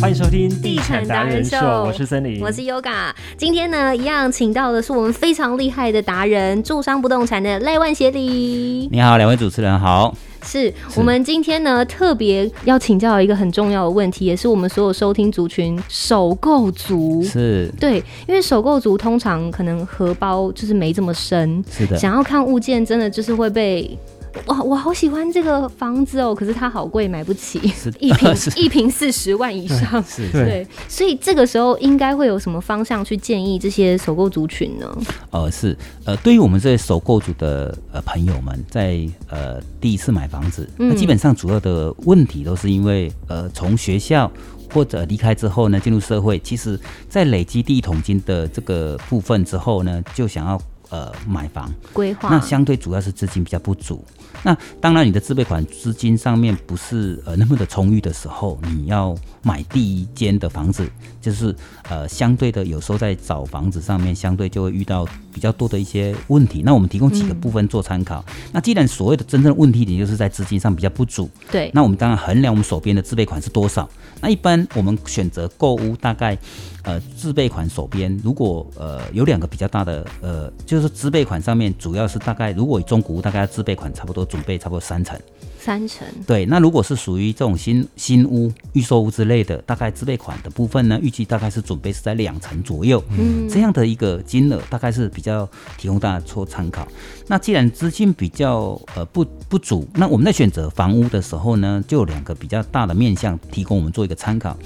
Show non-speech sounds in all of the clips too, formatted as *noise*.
欢迎收听《地产达人秀我是森林，我是 Yoga。今天呢，一样请到的是我们非常厉害的达人——住商不动产的赖万协理。你好，两位主持人好。是我们今天呢，特别要请教一个很重要的问题，也是我们所有收听族群首购族。是对，因为首购族通常可能荷包就是没这么深，是的，想要看物件，真的就是会被。哇，我好喜欢这个房子哦，可是它好贵，买不起，一平一平四十万以上，是对对，所以这个时候应该会有什么方向去建议这些首购族群呢？呃是呃，对于我们这些首购族的呃朋友们，在呃第一次买房子，那、嗯基本上主要的问题都是因为呃从学校。或者离开之后呢，进入社会，其实，在累积第一桶金的这个部分之后呢，就想要呃买房，规划那相对主要是资金比较不足。那当然，你的自备款资金上面不是呃那 *laughs* 么的充裕的时候，你要买第一间的房子，就是呃相对的，有时候在找房子上面相对就会遇到比较多的一些问题。那我们提供几个嗯部分做参考。那既然所谓的真正的问题点就是在资金上比较不足，对，那我们当然衡量我们手边的自备款是多少。那一般我们选择购屋，大概呃自备款手边如果呃有两个比较大的呃，就是自备款上面主要是大概如果以中古屋大概自备款差不多准备差不多三成。三成对，那如果是属于这种新新屋、预售屋之类的，大概自备款的部分呢，预计大概是准备是在两成左右，嗯，这样的一个金额大概是比较提供大家做参考。那既然资金比较呃不不足，那我们在选择房屋的时候呢，就有两个比较大的面向提供我们做一个参考。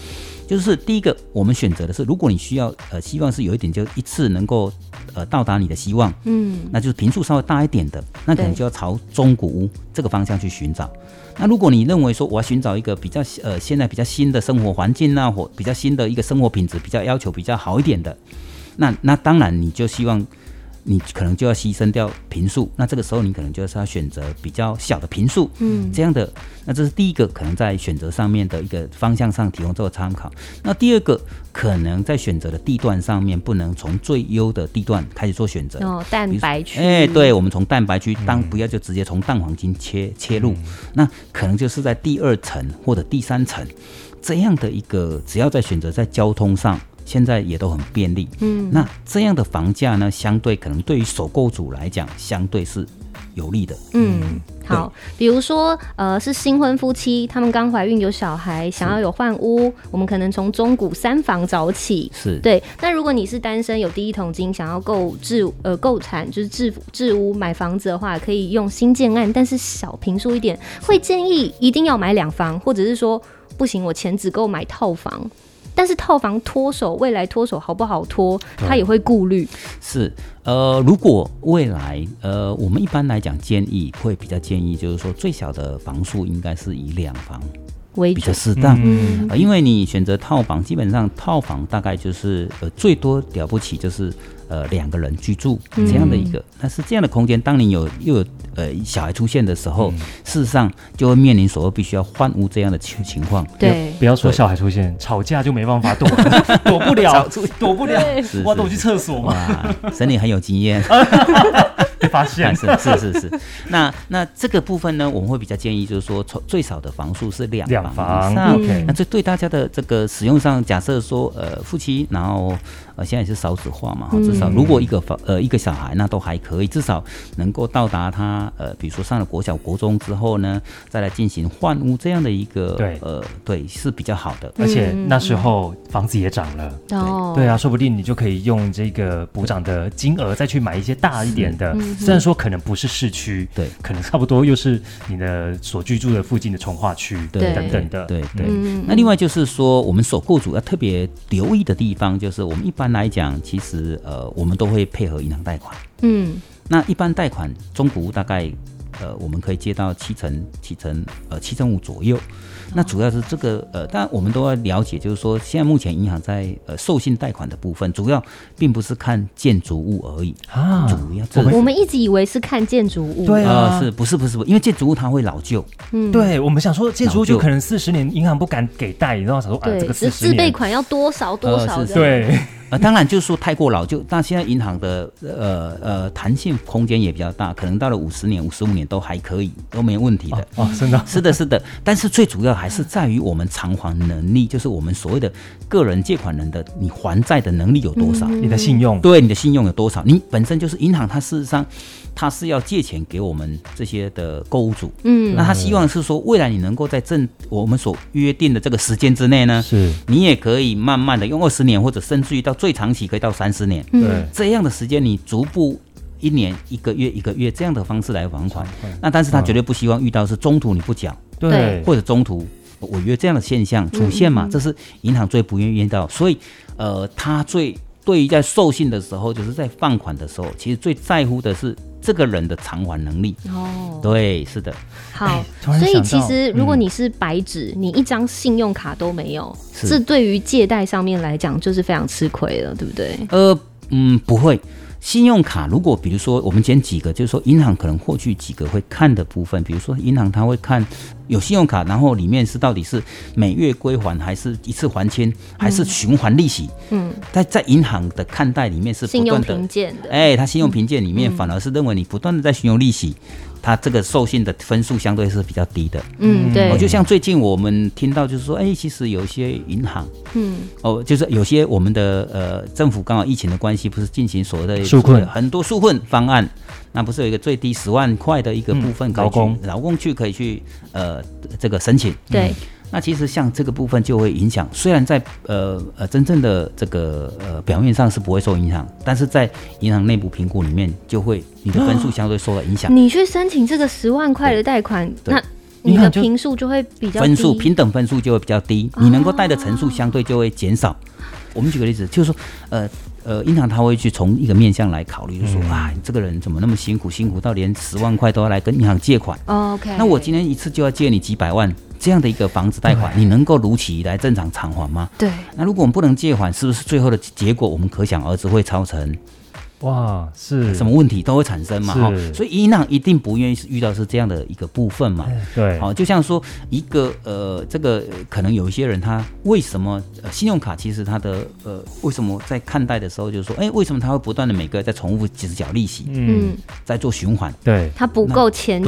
就是第一个，我们选择的是，如果你需要，呃，希望是有一点，就一次能够，呃，到达你的希望，嗯，那就是频数稍微大一点的，那可能对就要朝中古屋这个方向去寻找。那如果你认为说我要寻找一个比较呃现在比较新的生活环境啊，或比较新的一个生活品质，比较要求比较好一点的，那那当然你就希望你可能就要牺牲掉平数，那这个时候你可能就是要选择比较小的平数，嗯这样的，那这是第一个可能在选择上面的一个方向上提供做参考。那第二个可能在选择的地段上面，不能从最优的地段开始做选择，哦，蛋比如白区，哎、对，我们从蛋白区当不要就直接从蛋黄金切切入，那可能就是在第二层或者第三层这样的一个，只要在选择在交通上。现在也都很便利，嗯，那这样的房价呢，相对可能对于首购主来讲，相对是有利的。嗯，好，比如说，呃，是新婚夫妻，他们刚怀孕有小孩，想要有换屋，我们可能从中古三房找起。是，对，那如果你是单身，有第一桶金，想要购置呃购产，就是置置屋买房子的话，可以用新建案，但是小平数一点，会建议一定要买两房，或者是说不行，我钱只够买套房。但是套房脱手，未来脱手好不好脱，他也会顾虑。是，呃，如果未来，呃，我们一般来讲建议会比较建议，就是说最小的房数应该是以两房为比较主。适当。嗯呃因为你选择套房，基本上套房大概就是呃最多了不起就是呃两个人居住这样的一个，但是这样的空间，当你有又有呃小孩出现的时候，事实上就会面临所谓必须要换屋这样的情情况。对，不要说小孩出现，吵架就没办法 *laughs* 躲，躲不了，躲不了对是，我是躲去厕所嘛，哇， *laughs* 森林很有经验。被发现。嗯是是是 *laughs* 是。那那这个部分呢，我们会比较建议，就是说从最少的房数是两两房房以上。 ，OK，那这对大家的这个使用上，假设说呃夫妻，然后呃现在也是少子化嘛，哈至少如果一个房呃一个小孩，那都还可以，至少能够到达他呃比如说上了国小、国中之后呢，再来进行换屋这样的一个对呃对是比较好的。而且那时候房子也涨了。哦，对啊，说不定你就可以用这个补涨的金额再去买一些大一点嗯的，虽然说可能不是市区，对可能差不多又是你的所居住的附近的从化区对等等的，对对嗯嗯，那另外就是说，我们首购主要特别留意的地方，就是我们一般来讲，其实呃，我们都会配合银行贷款。嗯，那一般贷款中古屋大概呃，我们可以借到七成、七成呃七成五左哦右。那主要是这个呃，但我们都要了解，就是说现在目前银行在呃授信贷款的部分，主要并不是看建筑物而已，啊，主要这我们一直以为是看建筑物，对呃啊，是不是不是，因为建筑物它会老旧，对我们想说建筑物老旧就可能四十年，银行不敢给贷，然后想说啊，对，这个四只十自备年，款要多少多少呃的，是对，呃，当然就是说太过老就，但现在银行的呃呃弹性空间也比较大，可能到了五十年、五十五年都还可以，都没有问题的。哦，真的， *laughs* 是的，是的，但是最主要还是在于我们偿还能力，就是我们所谓的个人借款人的你还债的能力有嗯多少，你的信用，对你的信用有多少。你本身就是银行，它事实上它是要借钱给我们这些的购物主，嗯，那他希望是说未来你能够在正我们所约定的这个时间之内呢，是，你也可以慢慢的用二十年，或者甚至于到最长期可以到三十年，嗯对，这样的时间你逐步。一年一个月一个月这样的方式来还款，嗯那但是他绝对不希望遇到是中途你不缴，对，或者中途违约这样的现象出现嘛，这是银行最不愿意遇到，所以呃，他最对于在授信的时候，就是在放款的时候，其实最在乎的是这个人的偿还能力。哦，对，是的，哎好，突然所以想其到实如果嗯你是白纸，你一张信用卡都没有，是这对于借贷上面来讲就是非常吃亏了，对不对？呃，嗯，不会。信用卡如果比如说我们捡几个，就是说银行可能获取几个会看的部分，比如说银行它会看有信用卡，然后里面是到底是每月归还，还是一次还清，还是循环利息？嗯，在在银行的看待里面是不信用断的评鉴的，哎，他信用评鉴里面反而是认为你不断的在寻求利息，他这个授信的分数相对是比较低的。嗯，哦，对，就像最近我们听到就是说，哎，其实有一些银行，嗯，哦，就是有些我们的呃政府刚好疫情的关系，不是进行所谓的纾困很多纾困方案，那不是有一个最低十万块的一个部分嗯可以去劳工嗯劳工去可以去呃这个申请，对，那其实像这个部分就会影响，虽然在呃呃真正的这个呃表面上是不会受影响，但是在银行内部评估里面，就会你的分数相对受到影响，你去申请这个十万块的贷款，对那银你的行就评数就会比较分数低啊平等分数就会比较低，你能够贷的层数相对就会减少。我们举个例子，就是说呃。呃，银行他会去从一个面向来考虑，就嗯说啊，你这个人怎么那么辛苦，辛苦到连十万块都要来跟银行借款，哦，OK，那我今天一次就要借你几百万这样的一个房子贷款，你能够如期来正常偿还吗？对，那如果我们不能借还，是不是最后的结果我们可想而知会造成哇，是什么问题都会产生嘛？是哈，所以伊朗一定不愿意是遇到是这样的一个部分嘛。哎对，好，就像说一个呃，这个呃可能有一些人他为什么、呃、信用卡其实他的呃为什么在看待的时候就是说，哎，为什么他会不断的每个月在重复几十缴利息，嗯嗯，，在做循环？对，他不够钱去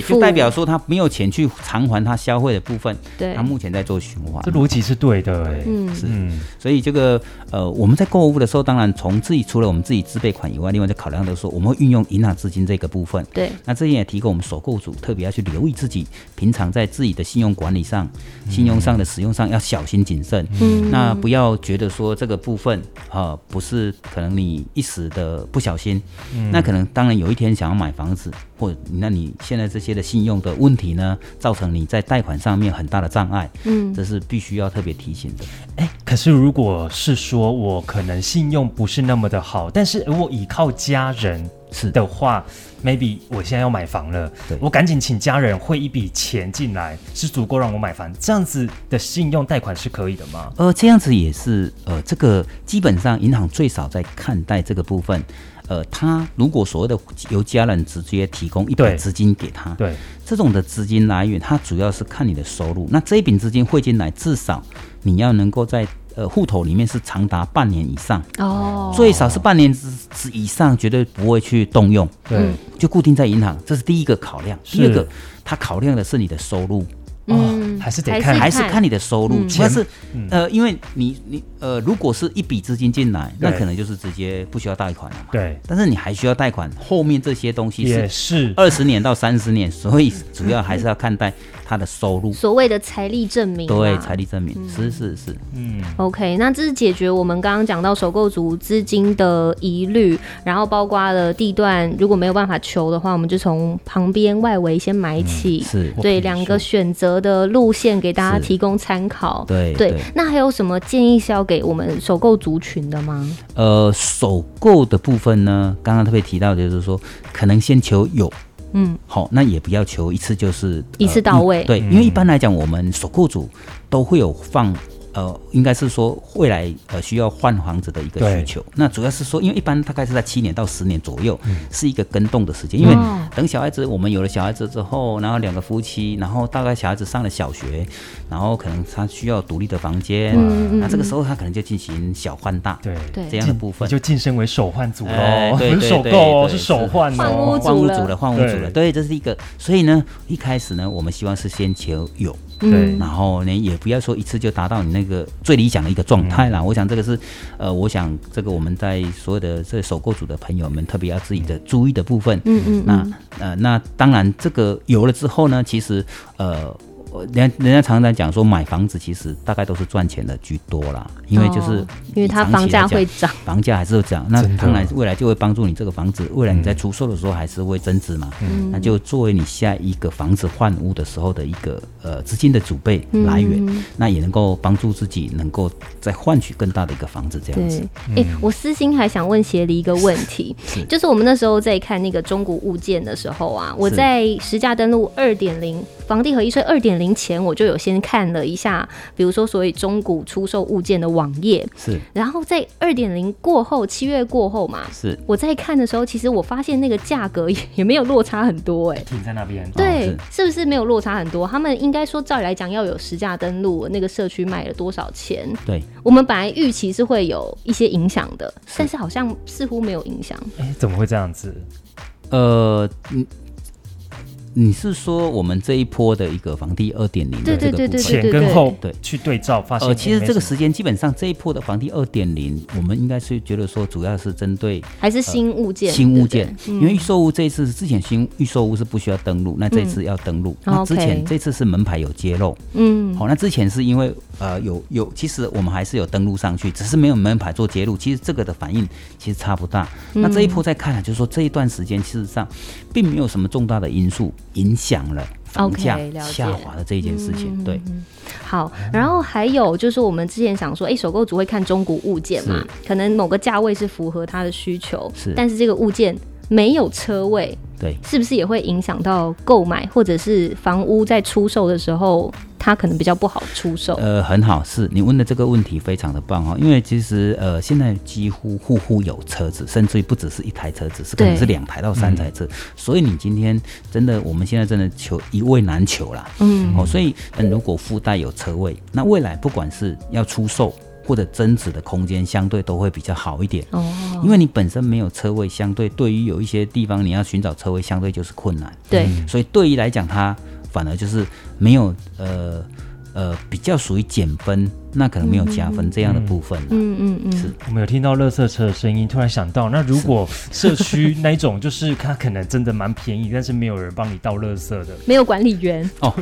支就付，代表说他没有钱去偿还他消费的部分，对他，目前在做循环这。逻辑是对的，哎，嗯，是嗯，所以这个呃，我们在购物的时候，当然从自己除了我们自己自备款以外，另外在考量的时候，我们会运用银行资金这个部分。对，那这也提供我们首购组特别要去留意自己平常在自己的信用管理上、信用上的使用上要小心谨慎。嗯，那不要觉得说这个部分啊、呃不是可能你一时的不小心，嗯那可能当然有一天想要买房子，或者那你现在这些的信用的问题呢，造成你在贷款上面很大的障碍，嗯这是必须要特别提醒的。哎，可是如果是说我可能信用不是那么的好，但是我依靠家人是的话，maybe 我现在要买房了对，我赶紧请家人汇一笔钱进来，是足够让我买房，这样子的信用贷款是可以的吗？呃，这样子也是，呃，这个基本上银行最少在看待这个部分，呃，他如果所谓的由家人直接提供一笔对资金给他，对，这种的资金来源，它主要是看你的收入。那这一笔资金汇进来，至少你要能够在呃户头里面是长达半年以上，哦，最少是半年之之以上，绝对不会去动用，对，就固定在银行，这是第一个考量。是第二个，他考量的是你的收入。哦，还是得看嗯还看，是看你的收入，嗯主要是嗯呃，因为你你呃，如果是一笔资金进来，那对可能就是直接不需要贷款了嘛。对，但是你还需要贷款，后面这些东西也是是，二十年到三十年，所以主要还是要看待他的收入，所谓的财力证明，啊对财。力证明，是是是，嗯， OK，那这是解决我们刚刚讲到首购族资金的疑虑，然后包括了地段，如果没有办法求的话，我们就从旁边外围先买起。嗯是我对评两述个选择的路线给大家是提供参考。对对那还有什么建议是要给我们首购族群的吗？呃，首购的部分呢，刚刚特别提到，就是说可能先求有，嗯，好，那也不要求一次就是一次到位对，因为一般来讲，我们首购组都会有放呃，应该是说未来呃需要换房子的一个需求。那主要是说，因为一般大概是在七年到十年左右、是一个跟动的时间，因为哦等小孩子，我们有了小孩子之后，然后两个夫妻，然后大概小孩子上了小学，然后可能他需要独立的房间，嗯那这个时候他可能就进行小换大，对对这样的晋部分你就晋升为手换组 *laughs* 哎喽，不对是对首对购哦，对是手换是换哦屋。换屋主了了，换屋主了，对，这是一个。所以呢，一开始呢，我们希望是先求有，对然后呢，也不要说一次就达到你那个最理想的一个状态啦。我想这个是，呃，我想这个我们在所有的这首购组的朋友们特别要自己的注意的部分。嗯嗯那呃，那当然这个有了之后呢，其实呃。我人家人家常常讲说，买房子其实大概都是赚钱的居多啦，因为就是、哦因为它房价会涨，房价还是会涨，那真的嗯当然未来就会帮助你这个房子，未来你在出售的时候还是会增值嘛，那就作为你下一个房子换屋的时候的一个呃资金的储备嗯来源，那也能够帮助自己能够再换取更大的一个房子这样对子。，哎、我私心还想问协理一个问题，就是我们那时候在看那个中古物件的时候啊，我是在实价登录二点零房地合一税二点零前，我就有先看了一下，比如说所谓中古出售物件的网页，是然后在二点零过后，七月过后嘛，是，我在看的时候，其实我发现那个价格也 *laughs* 也没有落差很多、哎。停在那边，哦对，是是不是没有落差很多？他们应该说，照理来讲要有实价登录，那个社区卖了多少钱，对，我们本来预期是会有一些影响的，但是好像似乎没有影响。哎，怎么会这样子？呃，你你是说我们这一波的一个房地二点零的这个对对对部对对？分前跟后对对去对照，发现呃，其实这个是时间基本上这一波的房地二点零，我们应该是觉得说主要是针对还是新物件，嗯新对物件不，因为预售屋这一次是之前新预售屋是不需要登录，那这一次要登录。哦那之前 OK 这次是门牌有揭露，对嗯，好、那之前是因为呃有有，其实我们还是有登录上去，只是没有门牌做揭露。其实这个的反应其实差不大。嗯那这一波再看啊，就是说这一段时间事实上并没有什么重大的因素影响了房 OK，价了解嗯下滑的这一件事情。对，好。然后还有就是我们之前想说，哎、首购族会看中古物件嘛，可能某个价位是符合他的需求，是但是这个物件没有车位，对，是不是也会影响到购买或者是房屋在出售的时候，它可能比较不好出售？呃，很好，是你问的这个问题非常的棒哦，因为其实呃，现在几乎户户有车子，甚至于不只是一台车子，是可能对是两台到三台嗯车，所以你今天真的，我们现在真的求一位难求啦，嗯，哦，所以嗯，如果附带有车位，那未来不管是要出售或者增值的空间，相对都会比较好一点。哦，因为你本身没有车位，相对对于有一些地方你要寻找车位，相对就是困难。对，所以对于来讲，它反而就是没有呃呃比较属于减分，那可能没有加分这样的部分啦。嗯嗯嗯，我们有听到垃圾车的声音，突然想到，那如果社区那一种，就是它可能真的蛮便宜，但是没有人帮你倒垃圾的，没有管理员，哦，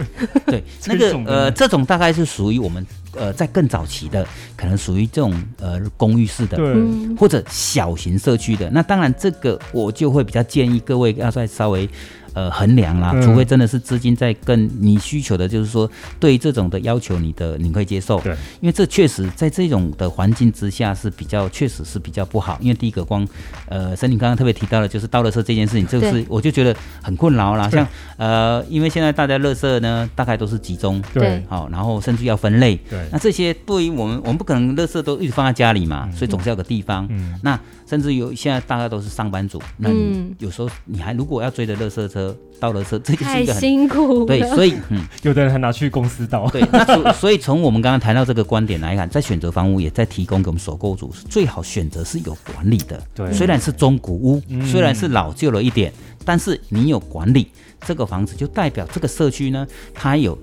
对，那这个种的呃，这种大概是属于我们呃在更早期的，可能属于这种呃公寓式的，对，嗯或者小型社区的。那当然，这个我就会比较建议各位要再稍微。呃，衡量啦嗯，除非真的是资金在更你需求的，就是说对于这种的要求，你的你可以接受，对，因为这确实在这种的环境之下是比较，确实是比较不好。因为第一个光，呃，森林刚刚特别提到了，就是倒垃圾这件事情，这个对是我就觉得很困扰啦。像呃，因为现在大家垃圾呢，大概都是集中，对对好、然后甚至要分类，哎对那这些对于我们，我们不可能垃圾都一直放在家里嗯嘛，所以总是要有个地方。嗯那甚至有现在大家都是上班族，那你嗯有时候你还如果要追着垃圾车倒垃圾，这 *laughs* 就是太一个很辛苦了，对，所以 *laughs* 嗯。有的人还拿去公司倒，对，那所所以从我们刚刚谈到这个观点来看，在选择房屋也在提供给我们首购主最好选择是有管理的。对虽然是中古屋，嗯虽然是老旧了一点，但是你有管理这个房子，就代表这个社区呢，它有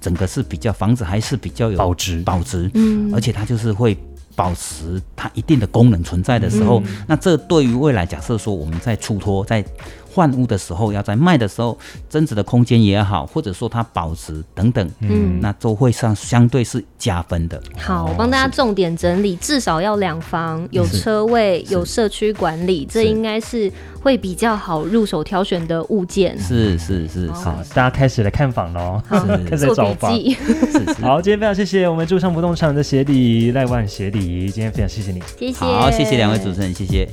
整个是比较房子还是比较有保值保值，嗯，而且它就是会。保持它一定的功能存在的时候，嗯那这对于未来，假设说我们在出脱、在换屋的时候，要在卖的时候，增值的空间也好，或者说它保值等等，嗯那都会上相对是加分的。好，我帮大家重点整理，至少要两房，有车位，有社区管理，这是应该是会比较好入手挑选的物件。是是是是好，大家开始来看房喽， *laughs* 开始来找做房。 *laughs* 笔记，是是。好，今天非常谢谢我们住上不动产的协理赖万协理，今天非常谢谢你。谢谢，好，谢谢两位主持人，谢谢。